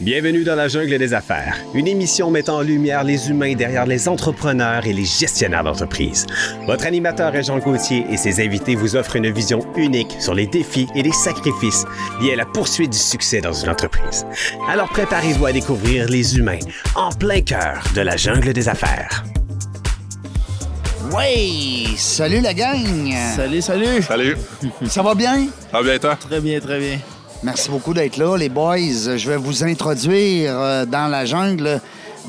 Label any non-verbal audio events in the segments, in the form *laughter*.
Bienvenue dans la jungle des affaires, une émission mettant en lumière les humains derrière les entrepreneurs et les gestionnaires d'entreprise. Votre animateur est Jean Gauthier et ses invités vous offrent une vision unique sur les défis et les sacrifices liés à la poursuite du succès dans une entreprise. Alors préparez-vous à découvrir les humains en plein cœur de la jungle des affaires. Ouais! Salut la gang! Salut, salut! Salut. Ça va bien? Ça va bien, toi? Très bien, très bien. Merci beaucoup d'être là, les boys. Je vais vous introduire euh, dans la jungle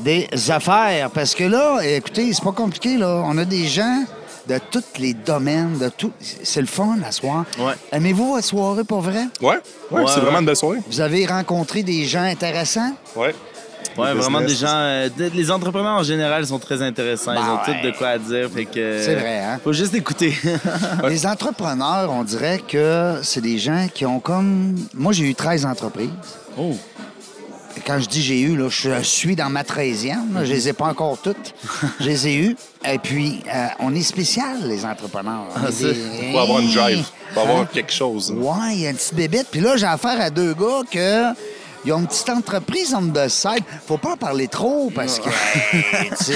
des affaires. Parce que là, écoutez, c'est pas compliqué, là. On a des gens de tous les domaines, de tout. C'est le fun la soirée. Ouais. Aimez-vous votre soirée pour vrai? Ouais, ouais, Ouais, c'est ouais. vraiment une belle soirée. Vous avez rencontré des gens intéressants? Ouais. Ouais, Business. vraiment des gens. euh, de- les entrepreneurs en général sont très intéressants. Ben Ils ont ouais. tous de quoi à dire. Fait que. C'est vrai, hein? Faut juste *laughs* écouter. Les entrepreneurs, on dirait que c'est des gens qui ont comme. Moi, j'ai eu 13 entreprises. oh. Et Quand je dis j'ai eu, là, je suis dans ma 13e. là. Je les ai pas encore toutes. je les ai eues. Et puis, euh, on est spécial, les entrepreneurs. On est c'est- des- Faut avoir une drive. Faut Hein? avoir quelque chose. Ouais, il y a une petite bébête. Puis là, j'ai affaire à deux gars que. Ils ont une petite entreprise on the side. Faut pas en parler trop parce que. hey, *laughs* tu sais,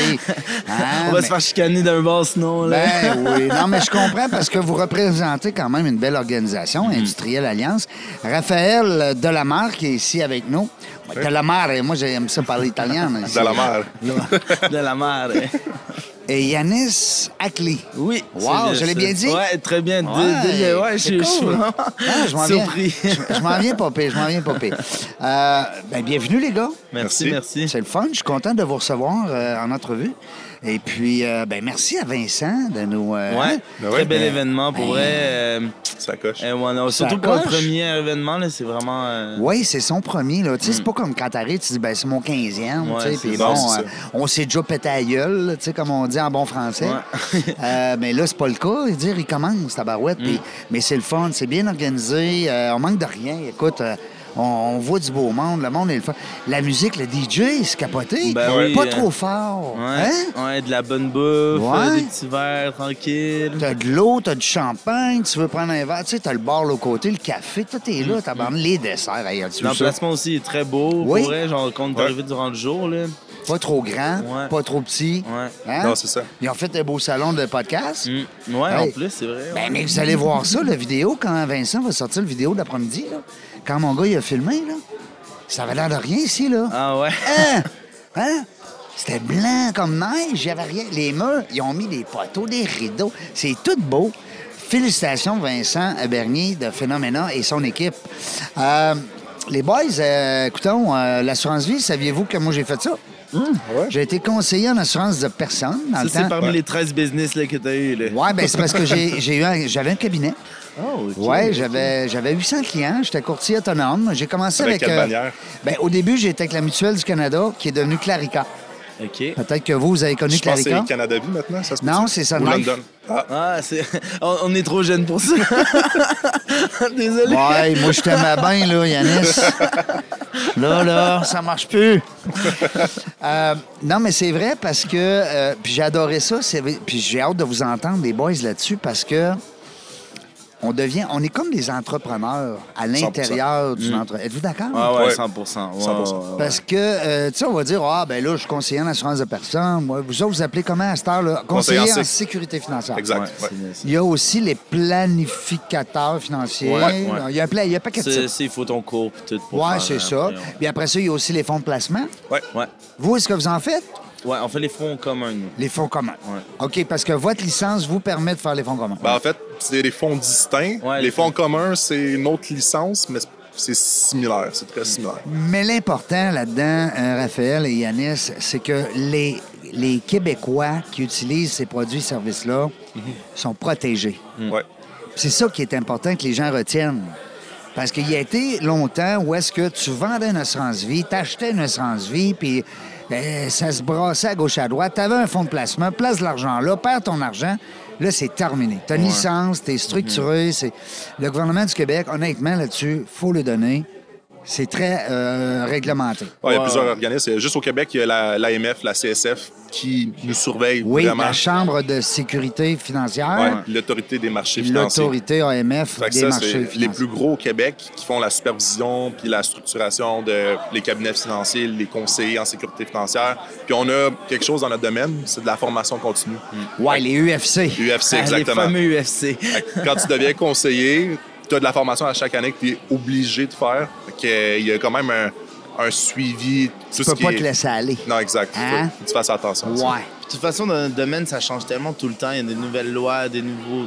hein, On va mais- se faire chicaner d'un boss, non, là. ben oui. Non, mais je comprends parce que vous représentez quand même une belle organisation, Mm-hmm. Industrielle Alliance. Raphaël Delamare qui est ici avec nous. Delamare, moi j'aime ça parler italien. mais c'est- De la mer. Ben. *laughs* de la mer. hein. Et Yanis Akli. Oui. Wow, c'est le- je l'ai c'est- bien dit? Ouais, très bien. De- de- Ouais, je c'est je suis cool. vraiment Ah, je m'en viens. surpris. Je, je m'en viens popé, je m'en viens popé. Euh, ben, bienvenue les gars. *laughs* Merci, merci. C'est le fun. Je suis content de vous recevoir euh, en entrevue. Et puis, euh, ben, merci à Vincent de nous. euh, Ouais, hein? Ben très ouais. bel Ben- événement pour vrai. euh, Ça Eh, coche. euh, ouais, non, Ça surtout pour le coche. premier événement, là, c'est vraiment. euh, Oui, c'est son premier. Là. Tu sais, C'est pas comme quand t'arrives, tu dis, ben, c'est mon 15e. Mm. Ouais, tu sais, c'est puis ça. bon, Non, c'est euh, ça. on s'est déjà pété à gueule, là, tu sais, comme on dit en bon français. Ouais. *laughs* Mm. Euh, mais là, c'est pas le cas. Il dire, il commence, ta barouette. puis- mais c'est le fun, c'est bien organisé. euh, on manque de rien. Écoute, euh, on, on voit du beau monde. Le monde est le fun. La musique, le DJ, c'est capoté. Ben oui, pas euh, trop fort. Ouais, Hein? ouais, de la bonne bouffe, Ouais. euh, des petits verres tranquilles. T'as de l'eau, t'as du champagne, tu veux prendre un verre, tu sais, t'as le bar là, au côté, le café, tout est Mm. là, t'as les desserts, hey, tu veux ça? L'emplacement aussi est très beau. Oui. Pour vrai, genre, quand on est Ouais. arrivé durant le jour, là. Pas trop grand, Ouais. pas trop petit. Ouais. Hein? Non, c'est ça. Ils ont fait un beau salon de podcast. Mm. Ouais, Hey. en plus, c'est vrai. Ben, ouais. mais vous allez voir ça, la vidéo, quand Vincent va sortir la vidéo d'après-midi, là. Quand mon gars, il a filmé, là. Ça avait l'air de rien ici, là. Ah ouais. Hein? Hein? C'était blanc comme neige, il y avait rien. Les murs, ils ont mis des poteaux, des rideaux. C'est tout beau. Félicitations, Vincent Bernier de Phénoména et son équipe. Euh, les boys, euh, écoutons, euh, l'assurance vie, saviez-vous que moi j'ai fait ça? ouais. J'ai été conseiller en assurance de personne dans Hum, Ça, le c'est temps. parmi les 13 business là, que t'as eu, là. Ouais, ben c'est parce que j'ai j'ai eu un- j'avais un cabinet. Oh, ok. Ouais, j'avais j'avais 800 clients, j'étais courtier autonome. J'ai commencé Avec avec, quelle euh, bannière? ben, au début, j'étais avec la Mutuelle du Canada qui est devenue Clarica. OK. Peut-être que vous, vous avez connu Je pense que Clarica. *laughs* c'est Canada Vie maintenant, ça se Non, peut-tu? c'est ça, Ou Life. London. Ah, Ah, c'est... *laughs* On, on est trop jeune pour ça. *laughs* Désolé. Ouais, moi, je t'aimais bien, là, Yanis. *laughs* Là, là, ça marche plus. *laughs* Euh, non, mais c'est vrai parce que... euh, puis j'ai adoré ça. c'est vrai- Puis j'ai hâte de vous entendre, les boys, là-dessus, parce que... On devient... On est comme des entrepreneurs à l'intérieur d'une Mm. entreprise. Êtes-vous d'accord? Ah ouais, Ouais. 100%. ouais, 100%. ouais, ouais. Parce que, euh, tu sais, on va dire, ah, ben là, je suis conseiller en assurance de personne. Moi, vous autres, vous appelez comment à cette heure-là? Conseiller Conseiller, en en sé- sécurité financière. Exact. Ouais, Ouais. c'est- c'est- Il y a aussi les planificateurs financiers. Ouais, ouais. Il y a un pla- il y a un paquet de C'est, types. c'est- il faut ton cours pis tout pour Ouais, faire, c'est euh, ça. après, ouais. Puis après ça, il y a aussi les fonds de placement. Ouais. Vous, est-ce que vous en faites? Ouais, on fait les fonds en commun, nous. Les fonds communs. Ouais. Bah. OK, parce que votre licence vous permet de faire les fonds communs. Ben, en fait, c'est des fonds distincts. Ouais, les les fonds communs, c'est une autre licence, mais c'est similaire. C'est très similaire. Mais l'important là-dedans, euh, Raphaël et Yanis, c'est que les, les Québécois qui utilisent ces produits et services-là Mhm. sont protégés. Ouais. C'est ça qui est important que les gens retiennent. Parce qu'il y a été longtemps où est-ce que tu vendais une assurance-vie, t'achetais une assurance-vie, puis euh, ça se brassait à gauche à droite, t'avais un fonds de placement, place de l'argent là, perds ton argent. Là, c'est terminé. T'as une Mhm. licence, t'es structuré. c'est... Le gouvernement du Québec, honnêtement, là-dessus, faut le donner. C'est très euh, réglementé. Ouais, il y a Ouais. plusieurs organismes. Juste au Québec, il y a la- l'AMF, la CSF qui nous surveille Oui, vraiment. la Chambre de sécurité Ouais, financière, puis L'autorité des marchés puis financiers. l'autorité AMF Fait que des ça, c'est marchés les financiers. plus gros au Québec qui font la supervision puis la structuration de les cabinets financiers, les conseillers en sécurité financière. Puis on a quelque chose dans notre domaine, c'est de la formation continue. Ouais, les UFC. UFC, Ah, les exactement. fameux UFC. Fait que Quand tu deviens conseiller, tu as de la formation à chaque année que tu es obligé de faire. Fait que, euh, Il y a quand même un, un suivi. Tu tout ce peux qui pas est- te laisser aller. Non, exact. Hein? Faut que tu fasses attention. à ça. Ouais. De toute façon, dans notre domaine, ça change tellement tout le temps. Il y a des nouvelles lois, des, nouveaux,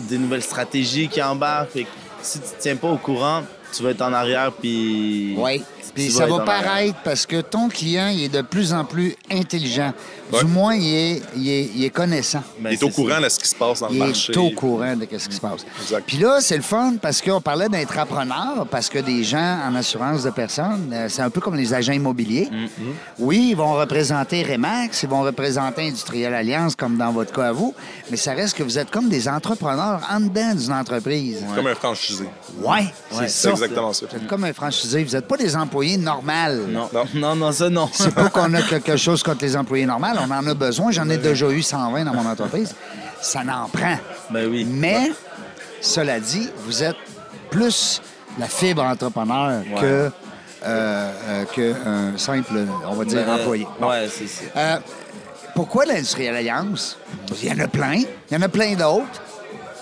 des nouvelles stratégies qui embarquent. Fait que si tu te tiens pas au courant, tu vas être en arrière, puis... Oui. Puis Tu ça vas va être en arrière. paraître parce que ton client, il est de plus en plus intelligent. Ouais. Du moins, il est, il est- il est connaissant. Ben, Il est au c'est courant ça. de ce qui se passe dans le Il marché. est au courant de ce qui se passe. Exact. Puis là, c'est le fun parce qu'on parlait d'entrepreneurs, parce que des gens en assurance de personnes, euh, c'est un peu comme les agents immobiliers. Oui, ils vont représenter Remax, ils vont représenter Industriel Alliance, comme dans votre cas à vous, mais ça reste que vous êtes comme des entrepreneurs en dedans d'une entreprise. C'est Comme un franchisé. Ouais, c'est Ouais, C'est ça. Vous exactement ça. êtes comme un franchisé, vous n'êtes pas des employés normaux. Non. Non. non, non, ça, non. C'est *laughs* pas qu'on a quelque chose contre les employés normaux, on en a besoin. J'en ai déjà eu 120 dans mon entreprise. Ça n'en prend. Ben oui. Mais, cela dit, vous êtes plus la fibre entrepreneur que, euh, euh, que un simple, on va dire, Ben, employé. Bon. Ouais, c'est ça. Euh, pourquoi l'Industrielle Alliance? Il y en a plein. Il y en a plein d'autres.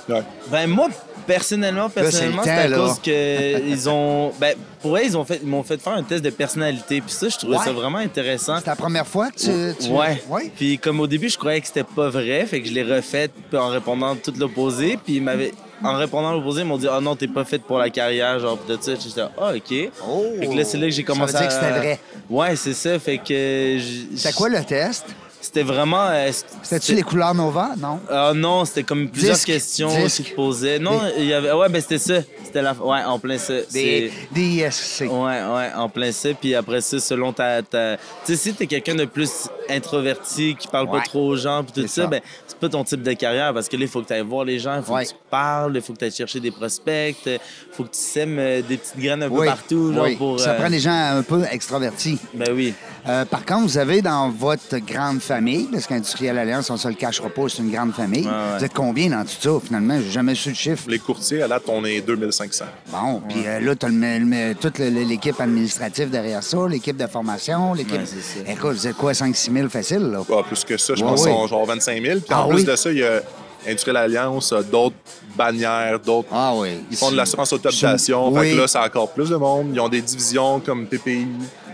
Ouais. Ben moi, personnellement, c'est le personnellement, c'est temps, à là. cause *laughs* que ils ont. Ben, pour vrai, ils ont fait. Ils m'ont fait faire un test de personnalité. Puis ça, je trouvais Ouais. ça vraiment intéressant. C'est la première fois que tu... tu- Hein? Ouais. Ouais? Puis comme au début, je croyais que c'était pas vrai, fait que je l'ai refaite puis en répondant tout l'opposé. Puis ils m'avaient. En répondant à l'opposé, ils m'ont dit Ah non, t'es pas faite pour la carrière, genre, pis de ça. J'étais Ah, ok. Oh! Fait que là, c'est là que j'ai Ça veut commencé dire que à- c'était vrai. Ouais, c'est ça. Fait que. j- C'était quoi le test? C'était vraiment. euh, c- C'était-tu les couleurs Nova? Non? Ah non, c'était comme plusieurs Disque, questions disque. qui se posaient. Non, il y avait. Ouais, ben c'était ça. C'était la. Ouais, en plein ça. Des, C'est- des ISC. Ouais, ouais, en plein ça. Puis après ça, selon ta. ta... Tu sais, si t'es quelqu'un de plus introverti, qui parle Ouais. pas trop aux gens, puis tout C'est ça, ça. ben c'est pas ton type de carrière parce que là, il faut que t'ailles voir les gens, il faut Ouais. que tu parles, il faut que t'ailles chercher des prospects, il faut que tu sèmes euh, des petites graines un peu Oui, partout, genre oui. pour. Ça euh, prend des gens un peu extravertis. Ben oui. Euh, par contre, vous avez dans votre grande famille, parce qu'Industriel Alliance, on se le cachera pas, c'est une grande famille. Ouais, ouais. Vous êtes combien dans tout ça, finalement? J'ai jamais su le chiffre. Les courtiers, à date, on est 2500. Bon, puis euh, là, tu as toute le- le- l'équipe administrative derrière ça, l'équipe de formation, l'équipe... Ouais, c'est ça. Écoute, vous êtes quoi, 5-6 000 facile, là? Ah, plus que ça, je Ouais, pense oui. qu'ils sont genre 25 000. Puis Ah, en plus oui? de ça, il y a Industrial Alliance, euh, d'autres bannières, d'autres. Ah oui. Ils font de l'assurance auto-habitation. Oui. Fait que là, c'est encore plus de monde. Ils ont des divisions comme PPI.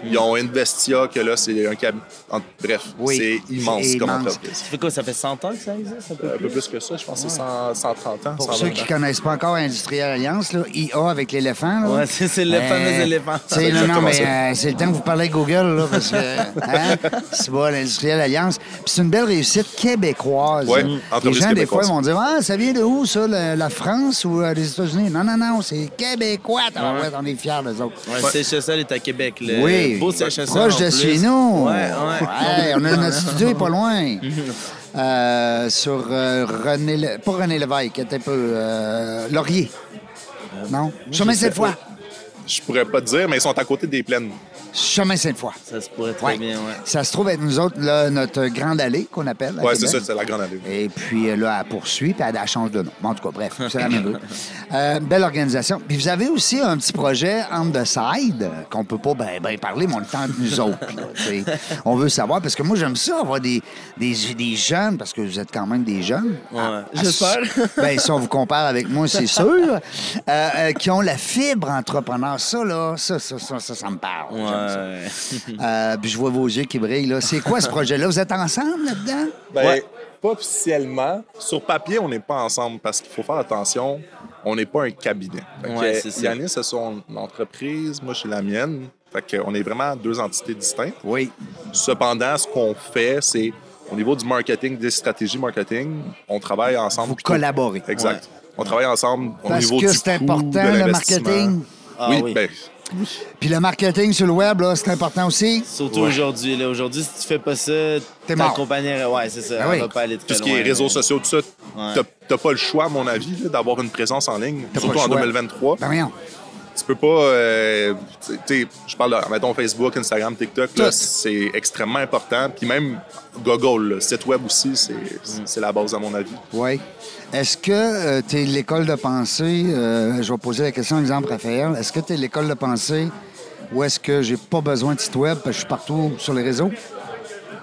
Ils ont Investia, que là, c'est un cab... en- Bref, Oui. c'est immense C'est comme immense. entreprise. Ça fait quoi Ça fait 100 ans que ça existe Un peu Un plus? peu plus que ça, je pense que c'est 100 130 ans. Pour 120 ceux qui ans. connaissent pas encore Industriel Alliance, là, IA avec l'éléphant, là. Ouais, c'est c'est le Euh, fameux éléphant. tu sais, non, non, Exactement mais ça. euh, c'est le temps que vous parlez avec Google, là, parce que hein, c'est bon, l'industriel Alliance. Puis c'est une belle réussite québécoise. Ouais, Les entreprise gens, des fois, québécoise. ils vont dire Ah, ça vient de où, ça, la, la France ou euh, les États-Unis Non, non, non, c'est québécois. Alors, ouais, on est fiers, les autres. Ouais, le CHSL est à Québec. Le Oui, beau CHSL. proche en de plus. chez nous. Ouais, Ouais, ouais. on a *laughs* notre studio est pas loin. Euh, sur euh, René, Le- pas René Lévesque, un peu euh, Laurier. Euh, Non, Chemin Sainte-Foy. Je pourrais pas te dire, mais ils sont à côté des plaines. Chemin Sainte-Foy. Ça se pourrait très Ouais. bien, ouais. Ça se trouve être nous autres, là, notre grande allée qu'on appelle. à Ouais, c'est ça, Québec. c'est la grande allée. Et puis euh, là, elle poursuit, puis elle elle change de nom. Bon, en tout cas, bref, c'est la même chose. Euh, belle organisation. Puis vous avez aussi un petit projet on the side euh, qu'on peut pas ben, ben parler, mais on le tente nous autres. là, tu sais. on veut savoir, parce que moi, j'aime ça, avoir des, des, des jeunes, parce que vous êtes quand même des jeunes. Ouais, Ah, *laughs* j'espère. ah, ben, si on vous compare avec moi, c'est sûr. Euh, euh, qui ont la fibre entrepreneur. Ça, là, ça, ça, ça, ça, ça me parle. J'aime ça. Ouais. Euh, puis je vois vos yeux qui brillent. là. C'est quoi ce projet-là? Vous êtes ensemble là-dedans? Ben, Ouais. pas officiellement. Sur papier, on n'est pas ensemble parce qu'il faut faire attention. On n'est pas un cabinet. Fait que Ouais, c'est ça. Yannis, c'est son entreprise. Moi, j'ai la mienne. Fait que on est vraiment deux entités distinctes. Oui. Cependant, ce qu'on fait, c'est au niveau du marketing, des stratégies marketing, on travaille ensemble. Vous plutôt- collaborez. Exact. On travaille ensemble au Parce niveau que du c'est coût, important, de le l'investissement. marketing. Ah oui, oui. ben, Puis le marketing sur le web, là, c'est important aussi. Surtout Ouais. aujourd'hui. Là, aujourd'hui, si tu fais pas ça, T'es ta mort. compagnie, ouais, c'est ça. Ah on oui. va pas aller très tout ce qui loin, est réseaux là. sociaux, tout ça, t'as- t'as pas le choix, à mon avis, là, d'avoir une présence en ligne, T'as pas surtout le en choix. 2023. Ben voyons. tu peux pas. euh, tu sais, je parle de, mettons, Facebook, Instagram, TikTok, là, Tout. c'est extrêmement important. Puis même Google, le site web aussi, c'est Mm. c'est la base, à mon avis. Oui. Est-ce que tu es l'école de pensée, euh, je vais poser la question exemple Raphaël, est-ce que tu es l'école de pensée ou est-ce que j'ai pas besoin de site web parce que je suis partout sur les réseaux?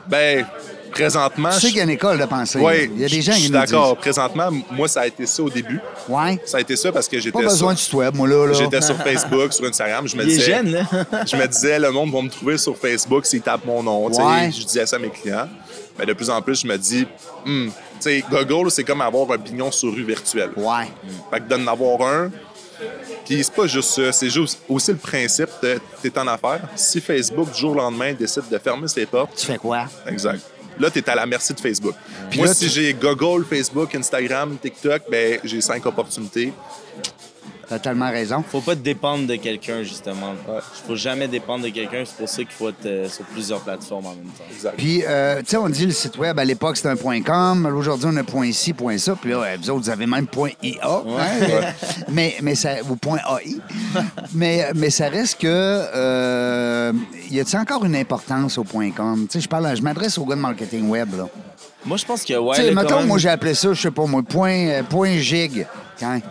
Ben, présentement. Tu sais Ah, je- qu'il y a une école de pensée. Ouais, Il y a des gens je qui suis nous d'accord. Présentement, moi, ça a été ça au début. disent. Ouais. Ça a été ça parce que j'étais Pas besoin de site web, moi, là. là. *laughs* J'étais sur Facebook, sur Instagram. Je me Il est disais, jeune, là. *laughs* *laughs* je me disais, le monde va me trouver sur Facebook s'ils tapent mon nom. tu sais. Ouais. Je disais ça à mes clients. Mais de plus en plus, je me dis, hmm, tu sais, Google, c'est comme avoir un pignon sur rue virtuel. Ouais. Fait que d'en avoir un. Puis c'est pas juste ça, c'est juste aussi le principe de t'es en affaires. Si Facebook, du jour au lendemain, décide de fermer ses portes, Tu fais quoi? exact. Là, t'es à la merci de Facebook. Puis Moi, là, si tu- j'ai Google, Facebook, Instagram, TikTok, ben j'ai cinq opportunités. T'as tellement raison. Faut pas dépendre de quelqu'un, justement. Faut jamais dépendre de quelqu'un. C'est pour ça qu'il faut être euh, sur plusieurs plateformes en même temps. Exact. Puis, euh, tu sais, on dit le site web, à l'époque, c'était un point .com. Aujourd'hui, on a point .ci, point .ça. Puis là, ouais, vous autres, vous avez même point .ia. hein? mais, mais ça, ou point .ai. mais, mais ça reste que... euh, y a-t-il encore une importance au point .com? Tu sais, je parle, à- je m'adresse au gars de marketing web, là. Moi, je pense que, ouais. tu sais, là, quand mettons, même- moi, j'ai appelé ça, je sais pas moi, point, euh, point .gig. Tiens.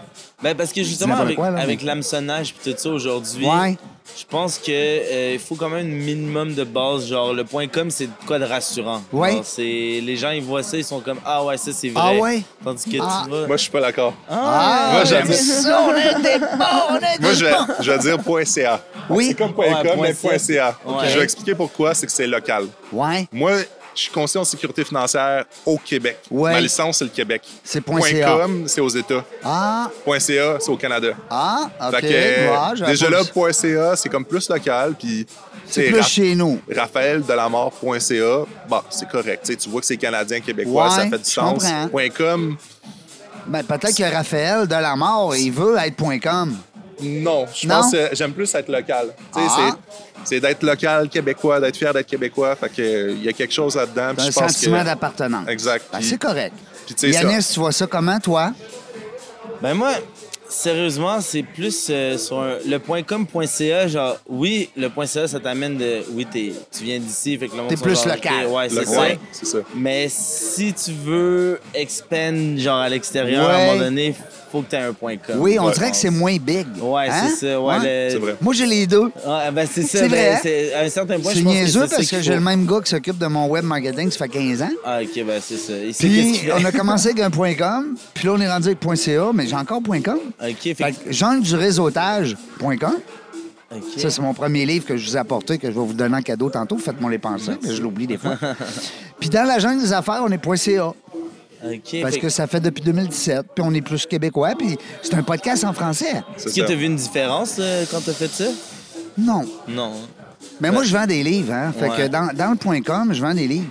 Ben, parce que justement, n'importe avec, quoi, là, mais- avec l'hameçonnage et tout ça aujourd'hui, Ouais. je pense que euh, il faut quand même un minimum de base. Genre, le point com, c'est de quoi de rassurant. Ouais. Genre, c'est- les gens, ils voient ça, ils sont comme Ah ouais, ça, c'est vrai. Ah ouais? Tandis que Ah. tu vas. Moi, je suis pas d'accord. Ah, Moi, j'aime j'aime ça, on a des bons, on a des Moi, je vais, bons. je vais dire point .ca. Oui. C'est comme Ouais, point .com, mais point point .ca. Ouais. Je vais expliquer pourquoi, c'est que c'est local. Ouais, Moi, je suis conseiller en sécurité financière au Québec. Ouais. Ma licence, c'est le Québec. c'est point .ca. .com, c'est aux États. Ah, Point .ca, c'est au Canada. ah, OK. Fait que, euh, ouais, j'avais déjà pas là, vu ça. point .ca, c'est comme plus local. Puis, c'est tu sais, plus Ra- chez nous. Raphaël Delamort.ca, bah, c'est correct. Tu sais, tu vois que c'est Canadien, Québécois, Ouais, ça fait du je sens. comprends. Point .com, Ben, peut-être que Raphaël de la mort, il veut être point .com. Non, je Non? pense que j'aime plus être local. Tu sais, Ah. c'est- C'est d'être local, québécois, d'être fier d'être québécois. Fait que, euh, il y a quelque chose là-dedans. puis Un je pense sentiment que- d'appartenance. Exact. Ben, Puis- c'est correct. Puis tu sais, ça- Yanis, tu vois ça comment, toi? Ben moi, sérieusement, c'est plus euh, sur un- le point com, point .ca, genre, oui, le point .ca, ça t'amène de... Oui, t'es- tu viens d'ici, fait que le monde... T'es sont plus genre, local. OK, ouais, c'est ça. Local, c'est ça. Mais si tu veux expand, genre, à l'extérieur, à Ouais. un moment donné, faut que t'aies un point .com. Oui, on Ouais. dirait que c'est moins big. Ouais, Hein? c'est ça, ouais. le- C'est vrai. Moi, j'ai les deux. Ah, ben c'est ça. C'est ben, vrai. c'est- à un certain point, C'est je pense niaiseux que c'est parce ça que qu'il j'ai faut. le même gars qui s'occupe de mon web marketing, ça fait 15 ans. Ah, OK, ben c'est ça. Il sait qu'est-ce Puis qu'il on fait. a commencé avec un point .com, puis là, on est rendu avec point .ca, mais j'ai encore point .com. OK, fait que- Fait que Jungle du réseautage.com. OK. Ça, c'est mon premier livre que je vous ai apporté, que je vais vous donner en cadeau tantôt. Faites-moi les penser, mais je l'oublie des *laughs* fois. Puis dans la jungle des affaires, on est point .ca, OK, parce fait que ça fait depuis 2017. Puis on est plus québécois, puis c'est un podcast en français. c'est Est-ce que ça. t'as vu une différence euh, quand t'as fait ça? Non. Non. Mais moi, je vends des livres, hein. Fait que Ouais. dans, dans le point .com, je vends des livres.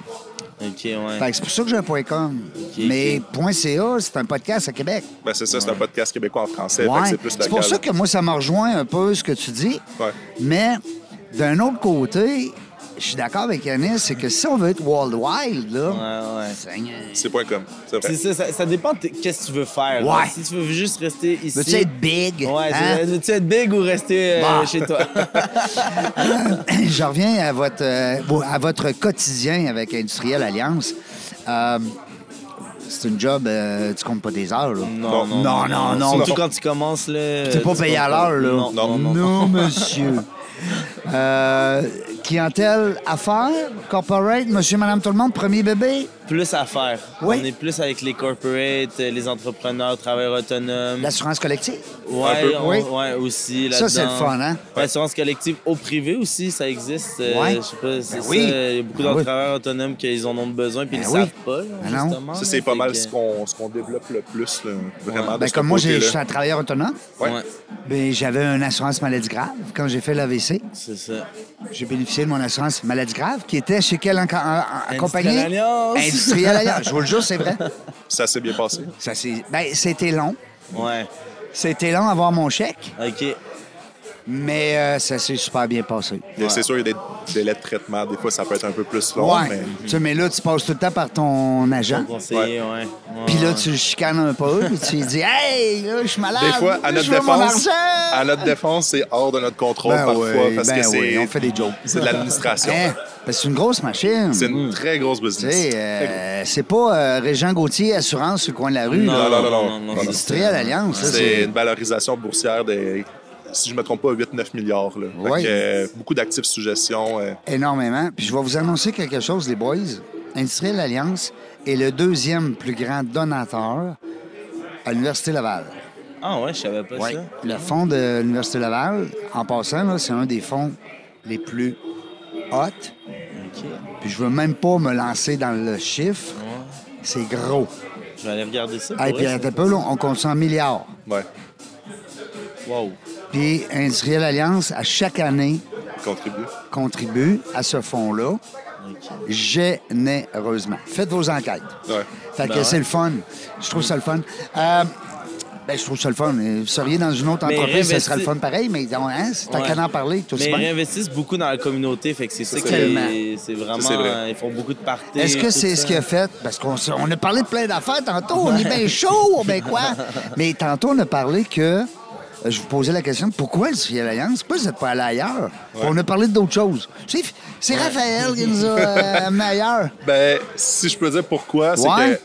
OK, ouais. Fait que c'est pour ça que j'ai un point .com. Ok, Mais point .ca, c'est un podcast à Québec. Ben, c'est ça, c'est un podcast québécois en français. fait que Ouais. C'est plus local. C'est pour ça que moi, ça me rejoint un peu ce que tu dis. Ouais. Mais d'un autre côté, je suis d'accord avec Yanis, c'est que si on veut être worldwide, là, Ouais, ouais. Seigneur. *coughs* C'est point .com, c'est vrai. C'est ça, ça, ça dépend de qu'est-ce que tu veux faire. Ouais. là. Si tu veux juste rester ici. veux-tu être big? Ouais, hein? c'est- veux-tu être big ou rester euh, Bah. chez *laughs* toi? Je reviens à votre, euh, bon, à votre quotidien avec Industriel Alliance. Euh, c'est une job, euh, tu comptes pas tes heures, là. non, non, Non, non, non. Surtout quand tu commences, là. T'es pas tu payé à comptes pas. l'heure, là. Non, non, non. Non, monsieur. Euh, clientèle, affaires, corporate, monsieur, madame, tout le monde, premier bébé. Plus à faire. Oui. On est plus avec les corporates, euh, les entrepreneurs, travailleurs autonomes. L'assurance collective. Ah, Un peu. Ouais, on- Oui. ouais, aussi. Ça, là-dedans. c'est le fun, hein? L'assurance collective au privé aussi, ça existe. Euh, Ouais. Je sais pas, c'est Ben ça. oui. Il y a Ben beaucoup oui. d'entrepreneurs autonomes qui en ont besoin puis Ben ils oui. ne savent pas, là, Ben non. justement. Ça, là. c'est pas Fait mal que- ce qu'on ce qu'on développe le plus, là, vraiment. de Ben, ce comme moi, j'ai- côté-là. je suis un travailleur autonome. Ouais. Ouais, Ben, j'avais une assurance maladie grave quand j'ai fait l'AVC. c'est ça. J'ai bénéficié de mon assurance maladie grave qui était chez quelle en- en- en- en compagnie? Alliance. *laughs* Industrielle Alliance. Je vous le jure, c'est vrai. Ça s'est bien passé. Ça, c'est- ben, c'était long. Ouais. C'était long à avoir mon chèque, OK. Mais euh, ça s'est super bien passé. Mais C'est sûr, il y a des délais de traitement. Des fois, ça peut être un peu plus long. ouais. Mais... Tu sais, mais là, tu passes tout le temps par ton agent. Conseiller, ouais. ouais. Puis là, ouais. tu le chicanes un peu, puis tu lui dis Hey, là, je suis malade. Des fois, à Ah, je notre veux mon défense, argent. à notre défense, c'est hors de notre contrôle Ben parfois oui, parce ben que c'est oui, on fait des jokes. c'est de l'administration. Hein? Parce que c'est une grosse machine. C'est une très grosse Tu business. sais, euh, c'est pas euh, Régent Gauthier Assurance sur le coin de la rue. Non, là. non, non, non, non, c'est- Industriel Alliance, là, c'est c'est. une valorisation boursière de, si je me trompe pas, 8-9 milliards. Là. Fait Ouais. que, euh, beaucoup d'actifs sous gestion. euh, énormément. Puis je vais vous annoncer quelque chose, les boys. Industriel Alliance est le deuxième plus grand donateur à l'Université Laval. Ah ouais, je savais pas Oui. ça. Le fonds de l'Université Laval, en passant, là, c'est un des fonds les plus hauts. OK. Puis je veux même pas me lancer dans le chiffre. C'est gros. Je vais aller regarder ça. Et pour puis vrai, attends un peu, là, on compte ça en milliards. ouais, ça. Wow. Puis Industriel Alliance, à chaque année, contribue. contribue à ce fonds-là OK. généreusement. Faites vos enquêtes. Ouais. Fait que Ben ouais. c'est le fun. Je trouve ça le fun. Euh, ben, je trouve ça le fun. Vous seriez dans une autre Mais entreprise, ce réinvesti- serait le fun pareil, mais donc, hein, c'est à Ouais. qu'à en parler, tout Mais aussi ils bien. réinvestissent beaucoup dans la communauté, fait que c'est ça, Ça, qui c'est vrai. est- c'est vraiment. euh, Ça, c'est vrai. Ils font beaucoup de parties. Est-ce que tout c'est ça. ce qu'il a fait? Parce qu'on s- on a parlé de plein d'affaires tantôt. On est bien chaud, ben quoi? Mais tantôt, on a parlé que... euh, Je vous posais la question, pourquoi le Ciel Alliance? Pourquoi vous n'êtes pas allé ailleurs? Puis On a parlé d'autres choses. C'est, c'est Raphaël qui nous a euh, amenés ailleurs. *laughs* Ben, si je peux dire pourquoi, c'est Ouais. que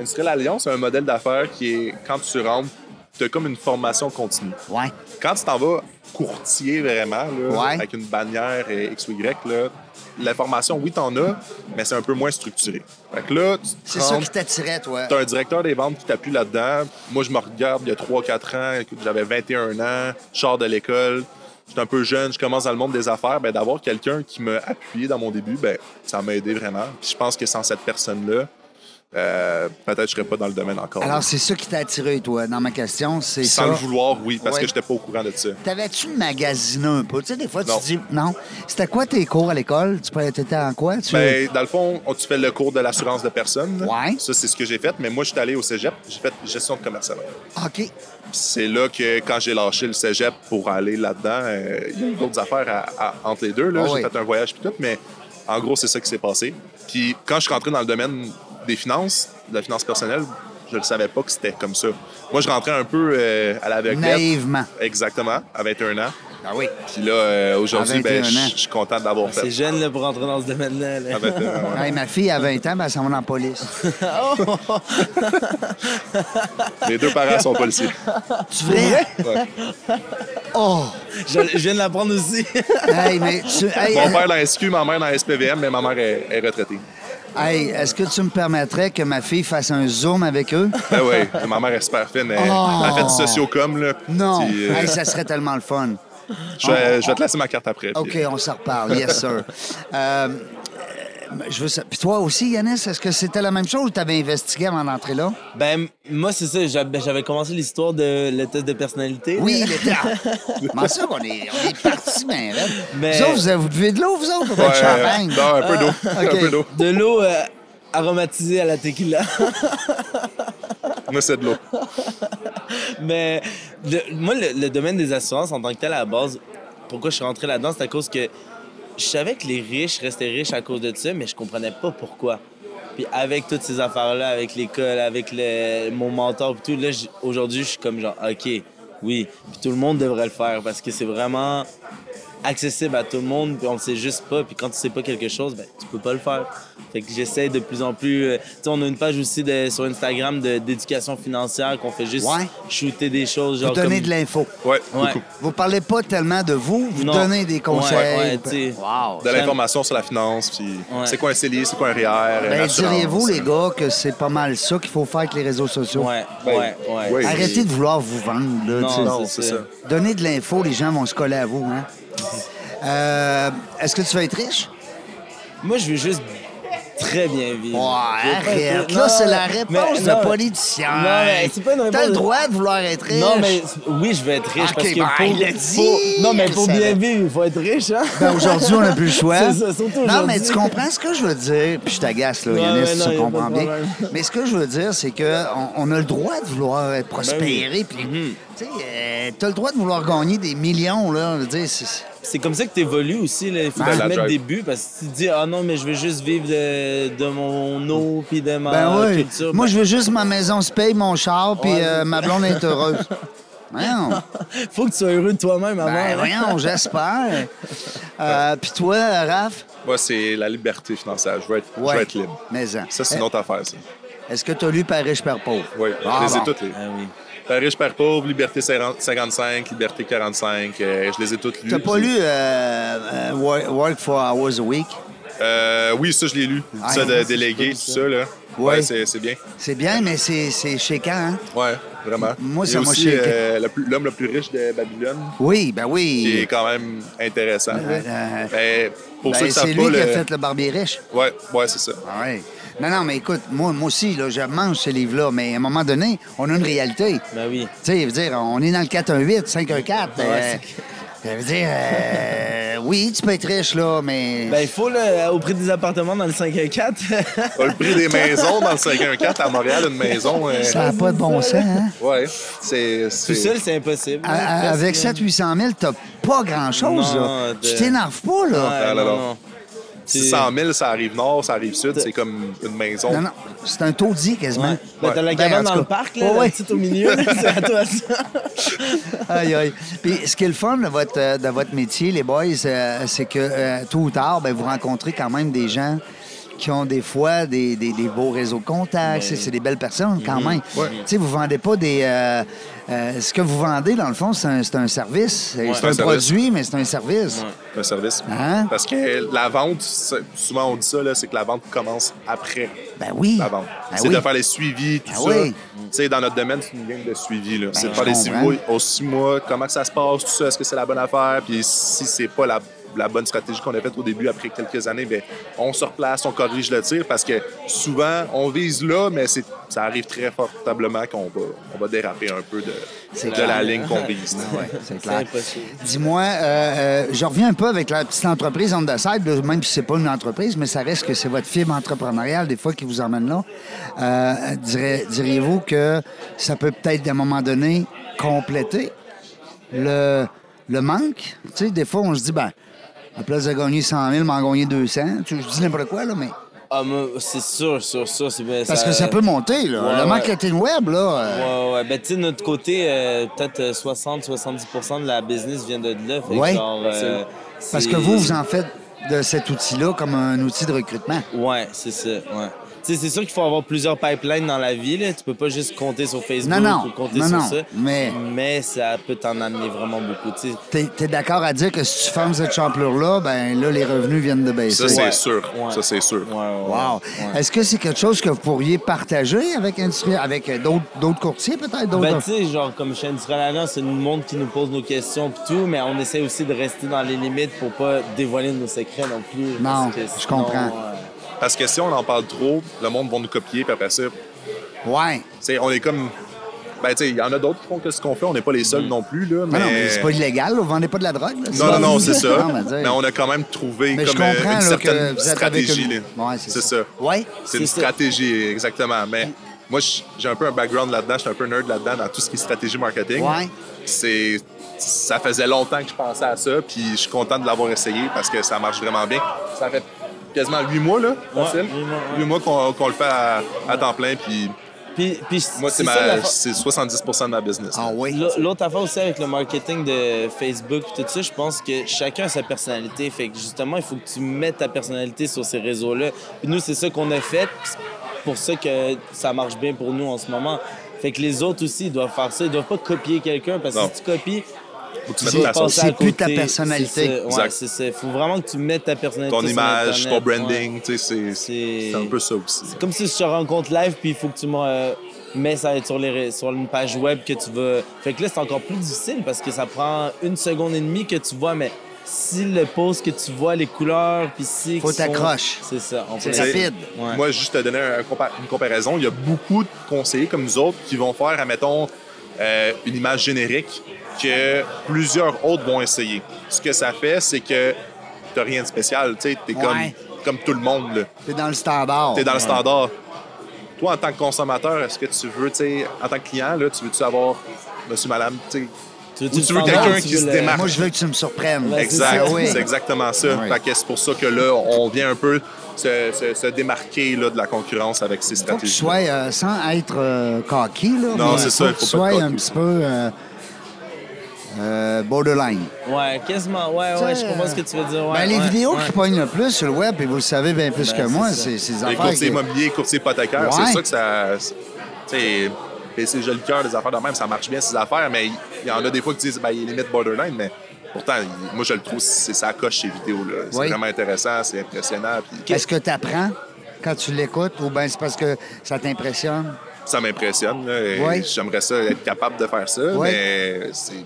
Industrial Alliance, c'est un modèle d'affaires qui est, quand tu rentres, tu as comme une formation continue. Ouais. Quand tu t'en vas courtier vraiment, là, Ouais. avec une bannière et X ou Y, là, la formation, oui, t'en as, mais c'est un peu moins structuré. Fait que là, tu te C'est ça rentres, qui t'attirait, toi. T'as un directeur des ventes qui t'appuie là-dedans. Moi, je me regarde il y a 3-4 ans, écoute, j'avais 21 ans, je sors de l'école, j'étais un peu jeune, je commence dans le monde des affaires. Ben, D'avoir quelqu'un qui m'a appuyé dans mon début, ben, ça m'a aidé vraiment. Puis je pense que sans cette personne-là, euh, peut-être je serais pas dans le domaine encore. Alors, c'est ça qui t'a attiré, toi, dans ma question. C'est sans ça. le vouloir, oui, parce Ouais. que j'étais pas au courant de ça. T'avais-tu magasiné un peu? Tu sais, des fois, tu Non. te dis non. C'était quoi tes cours à l'école? Tu peux- t'étais en quoi? Tu... Ben, dans le fond, on, tu fais le cours de l'assurance de personnes. Ouais. Ça, c'est ce que j'ai fait. Mais moi, je suis allé au cégep, j'ai fait gestion de commerce avant. OK. c'est là que quand j'ai lâché le cégep pour aller là-dedans, euh, il y a eu d'autres affaires à- à- entre les deux. là. Ah j'ai oui. fait un voyage puis tout, mais en gros, c'est ça qui s'est passé. Puis quand je suis rentré dans le domaine des finances, de la finance personnelle, je ne savais pas que c'était comme ça. Moi, je rentrais un peu euh, à la vedette. Naïvement. Exactement, à 21 ans. Ah oui. Puis là, euh, À aujourd'hui, 21 ben, je ans. Ah, je suis content d'avoir C'est fait. jeune là, pour entrer dans ce domaine-là. là. À ben. *laughs* 21 *laughs* ans, ouais. ma fille, à 20 ans, ben, elle s'en va dans la *laughs* police. Oh! Les deux parents sont policiers. tu vrai? Ouais. Oh! je, je viens de l'apprendre aussi. *laughs* Hey, mais tu. Hey, Mon père dans la SQ, ma mère dans la SPVM, mais ma mère est, est retraitée. hey, est-ce que tu me permettrais que ma fille fasse un zoom avec eux? Ben oui, *laughs* ma mère est super fine. Elle, Oh. elle fait du sociocom. Là, Non! Puis, euh, Hey, ça serait tellement le fun. Je vais, je vais te laisser ma carte après. OK, puis- on s'en reparle. Yes, sir. *laughs* Euh, euh, je veux ça. Puis toi aussi, Yanis, est-ce que c'était la même chose ou t'avais investigué avant d'entrer là? ben, moi, c'est ça. J'avais ben, j'avais commencé l'histoire de le test de personnalité. Oui, il était. *laughs* Mais ça, on est, on est parti, ben, raide. Mais- Vous autres, vous avez vous buvez de l'eau, vous autres, ou pas de Ouais, champagne? Ah, non, un peu d'eau. ok. Un peu d'eau. De l'eau euh, aromatisée à la tequila. Moi, c'est de l'eau. Mais le- moi, le, le domaine des assurances en tant que tel, à la base, pourquoi je suis rentré là-dedans, c'est à cause que je savais que les riches restaient riches à cause de ça, mais je comprenais pas pourquoi. Puis avec toutes ces affaires-là, avec l'école, avec le- mon mentor, puis tout, là, j- aujourd'hui, je suis comme genre, OK, oui, puis tout le monde devrait le faire parce que c'est vraiment accessible à tout le monde, puis on ne sait juste pas. Puis quand tu sais pas quelque chose, ben, tu peux pas le faire. Fait que j'essaie de plus en plus. euh, tu sais, on a une page aussi de- sur Instagram de- d'éducation financière qu'on fait juste Ouais. shooter des choses. Vous Genre donnez comme- de l'info. Ouais, Ouais. beaucoup. Vous parlez pas tellement de vous, vous Non. donnez des conseils. ben, Ouais, ouais, tu sais. wow. De l'information sur la finance, puis Ouais. c'est quoi un CELI, c'est quoi un REER. Ben, une assurance. diriez-vous, les gars, que c'est pas mal ça qu'il faut faire avec les réseaux sociaux? Ouais, Ben, ouais, ouais. oui. Arrêtez de vouloir vous vendre, là, tu sais. Non, Non, c'est c'est ça. ça. Donner de l'info, les gens vont se coller à vous, hein? Euh, est-ce que tu vas être riche? Moi, je veux juste très bien vivre. Ouais, J'ai pas- arrête. Non, Là, c'est la mais- réponse non, de mais- politicien. Non, mais c'est pas une réponse T'as le de- droit de vouloir être riche. Non, mais oui, je vais être riche Ok, parce que ben, pour, il l'a pour- dit, Non, mais il pour savait. bien vivre, il faut être riche, hein? Ben, aujourd'hui, on n'a *laughs* plus le choix. C'est ça, surtout non, mais aujourd'hui. tu comprends ce que je veux dire. Puis je t'agace, là, Ouais, Yannis, ouais, non, tu y a pas comprends de bien. problème. Mais ce que je veux dire, c'est qu'on on a le droit de vouloir Ben être prospérer. Puis, Mhm. tu sais, euh, t'as le droit de vouloir gagner des millions, là. Je veux dire, c'est- C'est comme ça que t'évolues aussi, là. Il faut Ah, Ben, que tu la mettes drive. des buts parce que si tu te dis, ah non, mais je veux juste vivre de, de mon eau puis de ma Ben oui. culture. Moi, ben, je veux juste ma maison se paye, mon char, puis Ouais. Ah, euh, ma blonde est heureuse. *laughs* Voyons. faut que tu sois heureux de toi-même avant. Ben hein. voyons, *laughs* j'espère. Euh, puis toi, Raph? Moi, c'est la liberté financière. Je veux être, je veux être libre. Mais en. Ça, c'est une autre affaire, ça. Est-ce que tu as lu Par riche, père pauvre? Oui, Eh. Ah, je les ai bon. toutes, les. Ah oui. Père riche, père pauvre, Liberté 50- 55, Liberté 45, euh, je les ai toutes lues. T'as pas Puis- lu euh, euh, Work Work for Hours a Week? Euh, oui, ça, je l'ai lu. Ah, ça, ouais, de c'est déléguer, cool, tout ça. ça, là. Ouais. Ouais, c'est c'est bien. C'est bien, mais c'est c'est chéquant, hein? Ouais, vraiment. Moi, Il y ça a m'a aussi shaké. euh, le plus- l'homme le plus riche de Babylone, Oui, ben qui est oui. quand même intéressant. euh, Mais pour Ben, ceux qui c'est savent lui pas, qui a le- fait le barbier riche. Ouais, ouais, c'est ça. Ah ouais. Non, non, mais écoute, moi, moi aussi, là, je mange ces livres-là, mais à un moment donné, on a une réalité. Ben oui. Tu sais, je veux dire, on est dans le 418, 514. Ouais, euh, je veux dire, euh, oui, tu peux être riche, là, mais... Ben il faut, là, au prix des appartements dans le 514. Ah, *laughs* le prix des maisons dans le 514 à Montréal, une maison. euh, ça n'a pas de bon sens, hein? *laughs* ouais, c'est. Tout c'est- seul, c'est impossible. À- à- Ah, avec 7 800 000, t'as pas grand-chose, Non, là. t'es- Tu t'énerves pas, là. Ah, là, là. Tu- 600 000, ça arrive nord, ça arrive sud, c'est comme une maison. Non, non, c'est un taudis quasiment. Ouais. Ben, t'as Ben, la en cabane tout dans le cas. parc, là, Ouais, la ouais. petite au milieu, là, *laughs* c'est à toi ça. Aïe, aïe. Puis ce qui est le fun de votre, euh, de votre métier, les boys, euh, c'est que euh, tôt ou tard, ben, vous rencontrez quand même des gens qui ont des fois des, des- des beaux réseaux de Ben contacts. C'est- C'est des belles personnes quand Mhm. même. Tu sais, vous vendez pas des. euh, euh, ce que vous vendez, dans le fond, c'est un, c'est un service. C'est C'est un, un service. produit, mais c'est un service. C'est un service. Hein? Parce que la vente, c'est- souvent on dit ça, là, c'est que la vente commence après Ben oui. la vente. Ben Bah c'est oui. de faire les suivis, tout Ah ça. oui. Ben, Tu sais, dans notre domaine, c'est une game de suivi. là. c'est de je faire les comprends. suivis aux six mois, comment que ça se passe, tout ça, est-ce que c'est la bonne affaire, puis si c'est pas la, la bonne stratégie qu'on a faite au début, après quelques années, ben, on se replace, on corrige le tir, parce que souvent, on vise là, mais c'est, ça arrive très fortablement qu'on va, on va déraper un peu C'est de, de clair. la ligne qu'on vise. là. *laughs* Ouais, c'est C'est clair. impossible. Dis-moi, euh, euh, je reviens un peu avec la petite entreprise on the side, là, même si c'est pas une entreprise, mais ça reste que c'est votre fibre entrepreneuriale des fois qui vous emmène là. Euh, dirais- Diriez-vous que ça peut peut-être, à un moment donné, compléter le, le manque? Tu sais, des fois, on se dit, ben, à place de gagner 100 000, m'en gagner 200. Tu, je dis n'importe quoi, là, mais... Ah, moi, c'est sûr, sûr, sûr. c'est bien Parce que ça peut monter, là. Ouais, le ouais. marketing web, là... euh, Ouais, ouais. Ben, tu sais, notre côté, euh, peut-être euh, 60-70 de la business vient de là. Fait que Ouais. genre, euh, Parce c'est- que vous, vous en faites de cet outil-là comme un outil de recrutement. Ouais, c'est ça, ouais. Tu sais, c'est sûr qu'il faut avoir plusieurs pipelines dans la vie. Là. Tu peux pas juste compter sur Facebook Non, non. ou compter Non, sur non. ça. Mais- ça peut t'en amener vraiment beaucoup. tu sais. T'es t'es d'accord à dire que si tu fermes cette champlure-là, ben là, les revenus viennent de baisser. Ça, c'est Ouais. sûr. Ouais. Ça, c'est sûr. Ouais, ouais, Wow. ouais. Est-ce que c'est quelque chose que vous pourriez partager avec, industrie- avec euh, d'autres d'autres courtiers, peut-être? Ben, d'autres tu sais, genre, comme chez Industrial Alliance, c'est le monde qui nous pose nos questions pis tout, mais on essaie aussi de rester dans les limites pour pas dévoiler nos secrets non plus. Non, parce que je comprends. euh, Parce que si on en parle trop, le monde va nous copier, puis après ça, Ouais. T'sais, on est comme. Ben, tu sais, il y en a d'autres qui font que ce qu'on fait, on n'est pas les seuls non plus, là. Mais... Mm-hmm. Ah Non, non, mais c'est pas illégal, là. vous vendez pas de la drogue. là. Non, non, non, c'est ça. Non, mais dire- mais on a quand même trouvé Mais je comme euh, comprends, une là, que certaine vous êtes avec stratégie. une- là. Ouais, c'est ça. Ouais. C'est une C'est ça. stratégie, exactement. Mais moi, j- j'ai un peu un background là-dedans, je suis un peu nerd là-dedans dans tout ce qui est stratégie marketing. Ouais. C'est. Ça faisait longtemps que je pensais à ça, puis je suis content de l'avoir essayé parce que ça marche vraiment bien. Ça fait quasiment huit mois, là, facile. huit mois, ouais. Huit mois qu'on qu'on le fait à, à temps plein, puis Puis, puis moi, c'est c'est ça, la ma- fa- c'est 70 de ma business. Ah là. oui. L'au- L'autre affaire aussi avec le marketing de Facebook et tout ça, je pense que chacun a sa personnalité. Fait que justement, il faut que tu mettes ta personnalité sur ces réseaux-là. Puis nous, c'est ça qu'on a fait. puis C'est pour ça que ça marche bien pour nous en ce moment. Fait que les autres aussi, ils doivent faire ça. Ils doivent pas copier quelqu'un parce que Non. si tu copies, Faut que tu tu mettes vas ta sauce. passer à C'est plus ta côté. personnalité. C'est ça, ouais, Exact. c'est ça. Faut vraiment que tu mettes ta personnalité. ton sur image, ton Internet, ouais. branding, tu sais, c'est- C'est- c'est un peu ça aussi. C'est comme si je te rencontre live, puis il faut que tu me euh, mets ça sur, les, ré- sur une page web que tu vas. Fait que là, c'est encore plus difficile parce que ça prend une seconde et demie que tu vois, mais si le poste que tu vois, les couleurs, puis si... Faut qu'ils sont- t'accroche. C'est ça. on C'est peut- rapide. Ouais. Moi, juste te donner un compa- une comparaison, il y a beaucoup de conseillers comme nous autres qui vont faire, admettons, euh, une image générique que plusieurs autres vont essayer. Ce que ça fait, c'est que t'as rien de spécial, tu sais, t'es Ouais. comme, comme tout le monde, là. T'es dans le standard. T'es dans le standard. Toi, en tant que consommateur, est-ce que tu veux, tu sais, en tant que client, là, tu veux-tu avoir monsieur, madame, tu sais, Tu veux, Ou tu veux quelqu'un qui se démarque. Euh, Moi, je veux que tu me surprennes. Ouais, Exact, Ah oui. Ben, c'est exactement ça. Oui. Fait que c'est pour ça que là, on vient un peu se, se- se démarquer là, de la concurrence avec ces Faut que tu stratégies. sois, euh, sans être euh, cocky, là, Non, mais c'est faut ça, que tu faut pas sois être un cocky. petit peu euh, euh, borderline. Ouais, quasiment. Ouais, Ah ouais, je comprends ce que tu veux dire. Ouais, Ben, les ouais, vidéos ouais. qui pognent le plus sur le web, et vous le savez bien plus Ben, que moi, c'est ça. c'est ces Les affaires. courtiers qui- immobiliers, courtiers hypothécaires, Ouais. c'est sûr que ça. c'est- Tu sais, PC joli cœur, des affaires de même, ça marche bien ces affaires, mais il il y, en a des fois qui disent, ben, il est limite borderline, mais pourtant, il- moi, je le trouve, c'est ça coche ces vidéos-là. C'est Oui. vraiment intéressant, c'est impressionnant, puis Est-ce que tu apprends quand tu l'écoutes ou bien c'est parce que ça t'impressionne? ça m'impressionne. là, et Oui. J'aimerais ça être capable de faire ça, Oui. mais c'est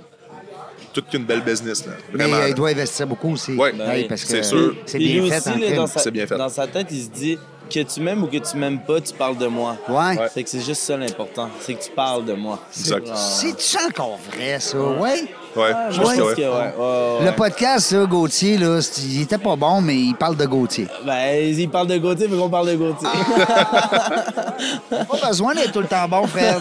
toute qu'une belle business, là. Mais Vraiment. euh, là. il doit investir beaucoup aussi. Ouais. Hey, Ben oui. parce que C'est sûr. C'est Puis bien lui fait aussi, en là, crime. dans, sa, C'est bien fait. dans sa tête, il se dit que tu m'aimes ou que tu m'aimes pas, tu parles de moi. Ouais. C'est que c'est juste ça l'important, c'est que tu parles de moi. Exact. C'est-tu encore vrai, ça? Oui. Ouais, Ah, je moi, pense je que pense ouais. que ouais. ouais, ouais, Le ouais. podcast, là, Gauthier, là, c'est- il était pas bon, mais il parle de Gauthier. Ben, il parle de Gauthier, mais qu'on parle de Gauthier. Ah. Pas besoin d'être tout le temps bon, frère.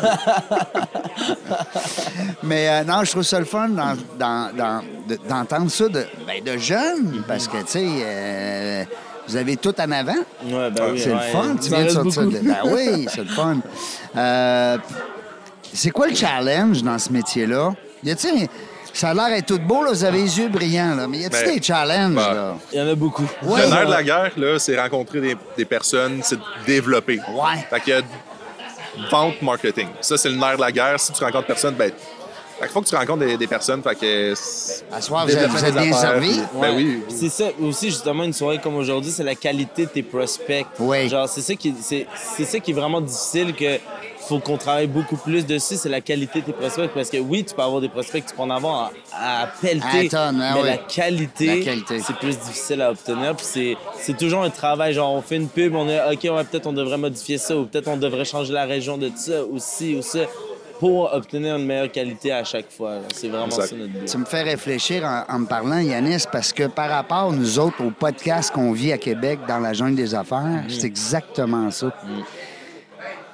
Mais euh, non, je trouve ça le fun d'en- d'en- d'en- de- d'entendre ça de, ben, de jeunes, Mhm. parce que, tu sais, euh, vous avez tout en avant. ouais, ben oui. C'est le ouais, il fun, nous tu en viens de reste sortir beaucoup. de... Ben oui, c'est le fun. Euh, c'est quoi le challenge dans ce métier-là? Y a-t-il... Ça a l'air d'être tout beau, là, vous avez les yeux brillants, là, mais y a-t-il Ben, des challenges, ben, là? *laughs* Il y en a beaucoup. Ouais. le nerf de la guerre, là, c'est rencontrer des, des personnes, c'est de développer. Ouais. Fait qu'il y a vente, marketing. Ça, c'est le nerf de la guerre. Si tu rencontres personne, ben. Fait qu'il faut que tu rencontres des, des personnes. Fait que. c'est- À soir, vous êtes- développer vous êtes des bien affaires, servi. puis- Ouais. Ben oui. Puis C'est ça aussi justement une soirée comme aujourd'hui, c'est la qualité de tes prospects. Oui. Genre c'est ça qui c'est c'est ça qui est vraiment difficile que faut qu'on travaille beaucoup plus dessus, c'est la qualité de tes prospects parce que oui, tu peux avoir des prospects que tu peux en avoir à, à pelleter, À tonnes, hein, mais oui. la qualité, La qualité. c'est plus difficile à obtenir puis c'est c'est toujours un travail genre on fait une pub, on est OK, ouais, peut-être on devrait modifier ça ou peut-être on devrait changer la région de ça aussi ou ça pour obtenir une meilleure qualité à chaque fois. là. C'est vraiment Exact. ça notre but. Tu me fais réfléchir en, en me parlant, Yanis, parce que par rapport, nous autres, au podcast qu'on vit à Québec dans la jungle des affaires, Mm. c'est exactement ça.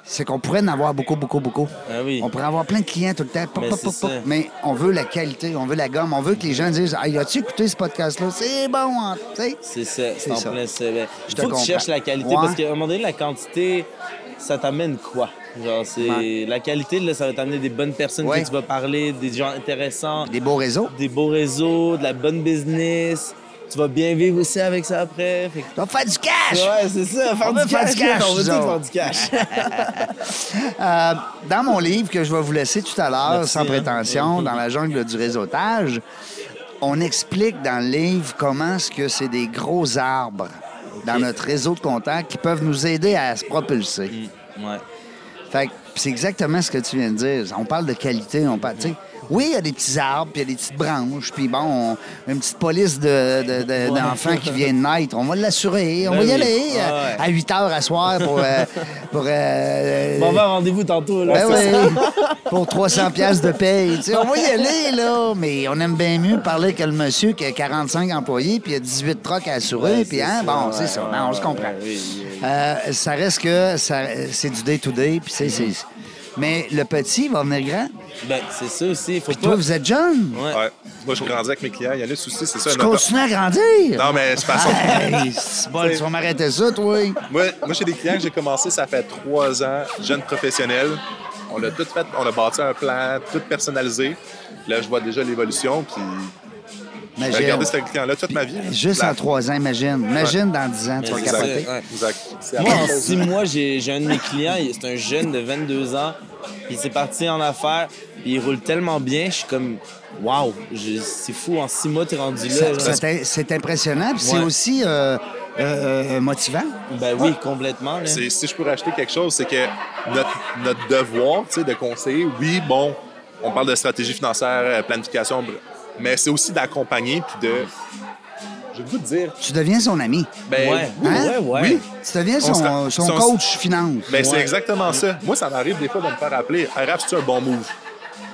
C'est qu'on pourrait en avoir beaucoup, beaucoup, beaucoup. Ah oui. On pourrait avoir plein de clients tout le temps. pop, Mais pop, c'est pop, pop. ça. Mais on veut la qualité, on veut la gomme, on veut que les gens disent Ah, as-tu écouté ce podcast-là C'est bon, hein, tu sais. C'est ça, C'est c'est en ça. plein ça. Ben, Je il te faut que comprends. tu cherches la qualité Ouais. parce qu'à un moment donné, la quantité, ça t'amène quoi? Genre, c'est Ouais. la qualité, là, ça va t'amener des bonnes personnes Ouais. que tu vas parler, des gens intéressants, Des beaux réseaux. des beaux réseaux, de la bonne business. Tu vas bien vivre aussi avec ça après. Fait que- Tu vas faire du cash Ouais, c'est ça, faire On veut du faire cash, du cash, là, on veut tout nous autres. faire du cash. *laughs* Euh, dans mon livre que je vais vous laisser tout à l'heure, Merci, sans hein. prétention, dans la jungle du réseautage, on explique dans le livre comment est-ce que c'est des gros arbres dans notre réseau de contacts qui peuvent nous aider à se propulser. Mm, ouais. Fait que c'est exactement ce que tu viens de dire. On parle de qualité, on parle, tu sais, Oui, il y a des petits arbres, puis il y a des petites branches, puis bon, on- une petite police de- de- de- Ouais. d'enfants qui vient de naître. On va l'assurer, on Ben va y oui. aller Ouais, euh, ouais. à 8 heures à soir pour... euh, pour euh, Bon, on va à rendez-vous tantôt. Là, ben c'est ça. oui, pour 300 pièces de paye. Tu sais, on va y aller, là. Mais on aime bien mieux parler que le monsieur qui a 45 employés, puis il a 18 trocs à assurer, Ouais, puis c'est hein, ça, bon, ouais, c'est ça. ouais, Non, on se ouais, comprend. oui, oui. Euh, ça reste que ça- c'est du day-to-day, puis c'est... c'est- Mais le petit va venir grand. Ben, c'est ça aussi, il faut Toi, pas. vous êtes jeune. Ouais. Ouais. Moi, je grandis avec mes clients. Il y en a des soucis, c'est ça. Tu un autre- continues à grandir. Non, mais c'est pas ça. Hey, c'est bon, tu vas m'arrêter ça, toi. Moi, moi j'ai des clients que j'ai commencé, ça fait trois ans, jeune professionnel. On l'a tout fait, on a bâti un plan, tout personnalisé. Là, je vois déjà l'évolution, puis j'ai Imagine. regardé ce client-là toute ma vie. Juste Là. en trois ans, imagine. Imagine dans dix ans, tu vas Mais Exact. capoter. Ouais. Exact. C'est Moi, après en ça. six mois, j'ai j'ai un de mes clients, il- c'est un jeune de 22 ans. Il s'est parti en affaires, puis il roule tellement bien, je suis comme, waouh, je- c'est fou, en six mois, t'es rendu là. Ça- genre. ça t'in- C'est impressionnant, puis c'est Ouais. aussi euh, euh, euh, motivant. Ben oui, complètement. là. C'est- si je peux racheter quelque chose, c'est que notre, notre devoir tu sais, de conseiller, oui, bon, on parle de stratégie financière, euh, planification, br- mais c'est aussi d'accompagner puis de. J'ai le goût de dire. Tu deviens son ami. Ben, ouais. oui, Hein? ouais, ouais. oui. Tu deviens On se son, ra- son son- coach finance. Ben, c'est Ouais. exactement ça. Moi, ça m'arrive des fois de me faire appeler. Hey, Raph, c'est un bon move.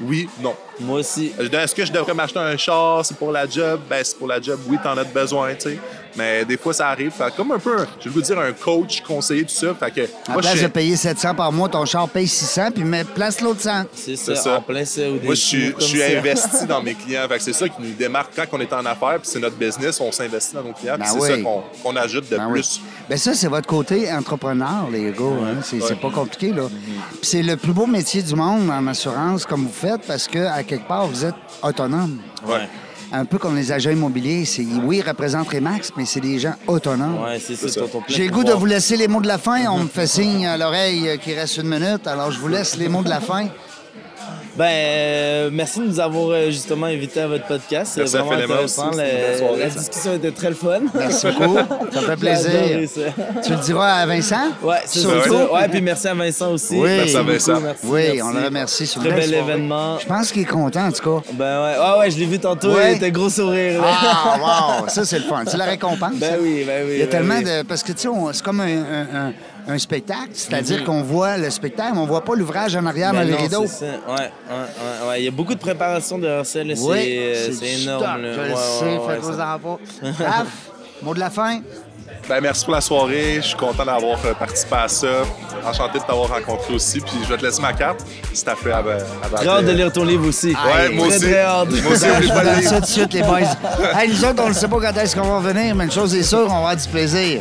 Oui, non. Moi aussi. Je dis, Est-ce que je devrais m'acheter un char? C'est pour la job? Ben, c'est pour la job. Oui, t'en as de besoin, tu sais. Mais des fois, ça arrive. Fait comme un peu, un- j'ai le goût de dire, un coach, conseiller, tout ça. Fait que, Ah, À ben, moi, je place suis- de payer 700 par mois, ton char paye 600, puis mets- place l'autre 100. C'est ça, C'est ça. en plein ça. Ou des Moi, je petits suis, mots je comme suis ça. investi dans mes clients. Fait que c'est ça qui nous démarque quand on est en affaires, puis c'est notre business, on s'investit dans nos clients, puis Ben c'est oui. ça qu'on qu'on ajoute de Ben oui. plus. Ben ça, c'est votre côté entrepreneur, les gars. hein. C'est c'est pas compliqué, là. Mm-hmm. Puis c'est le plus beau métier du monde en assurance, comme vous faites, parce que, à quelque part, vous êtes autonome. Ouais. Un peu comme les agents immobiliers. c'est- Oui, ils représentent Remax, mais c'est des gens autonomes. Ouais, c'est C'est ça, ça. ton J'ai le goût de vous laisser les mots de la fin. On me fait signe à l'oreille euh, qu'il reste une minute. Alors, je vous laisse les mots de la fin. Ben, euh, merci de nous avoir euh, justement invités à votre podcast. C'est Merci à vraiment Phelémon intéressant. aussi, Le- c'est une belle soirée, la ça. discussion était très le fun. Merci beaucoup. Ça fait J'ai adoré plaisir. ça. Tu le diras à Vincent? Ouais, c'est ça. Surtout. Ouais, puis merci à Vincent aussi. Oui. Merci à Vincent. beaucoup, merci, Oui, merci. on le remercie. C'est une Très belle bel soirée. événement. Je pense qu'il est content, en tout cas. Ben ouais, ah ouais, je l'ai vu tantôt, Ouais. il était gros sourire. là. *laughs* Ah, wow! Ça, c'est le fun. C'est la récompense. ça. Ben oui, ben oui. Il y a ben tellement oui. de. Parce que, tu sais, on- c'est comme un, un- un- un spectacle, c'est-à-dire qu'on voit le spectacle, mais on voit pas l'ouvrage en arrière dans Mm-hmm. Ben les non, rideaux. c'est ça. Ouais, ouais, ouais, ouais. Il y a beaucoup de préparation derrière ça, là. Oui, c'est, euh, c'est du énorme. stock, là. Je Ouais, le sais, ouais, ouais, faites vos ça- *laughs* enfants. Raph, mot de la fin. Ben, merci pour la soirée. Je suis content d'avoir euh, participé à ça. Enchanté de t'avoir rencontré aussi. Puis je vais te laisser ma carte si t'as fait avant. avant- Très hâte de lire ton livre aussi. euh, Ouais, moi Très, aussi. très hâte. Ben, Moi aussi, Je oublie vous pas de donne lire. ça tout de suite, les boys. Hey, nous autres, on ne sait pas quand est-ce qu'on va venir, mais une chose est sûre, on va avoir du plaisir.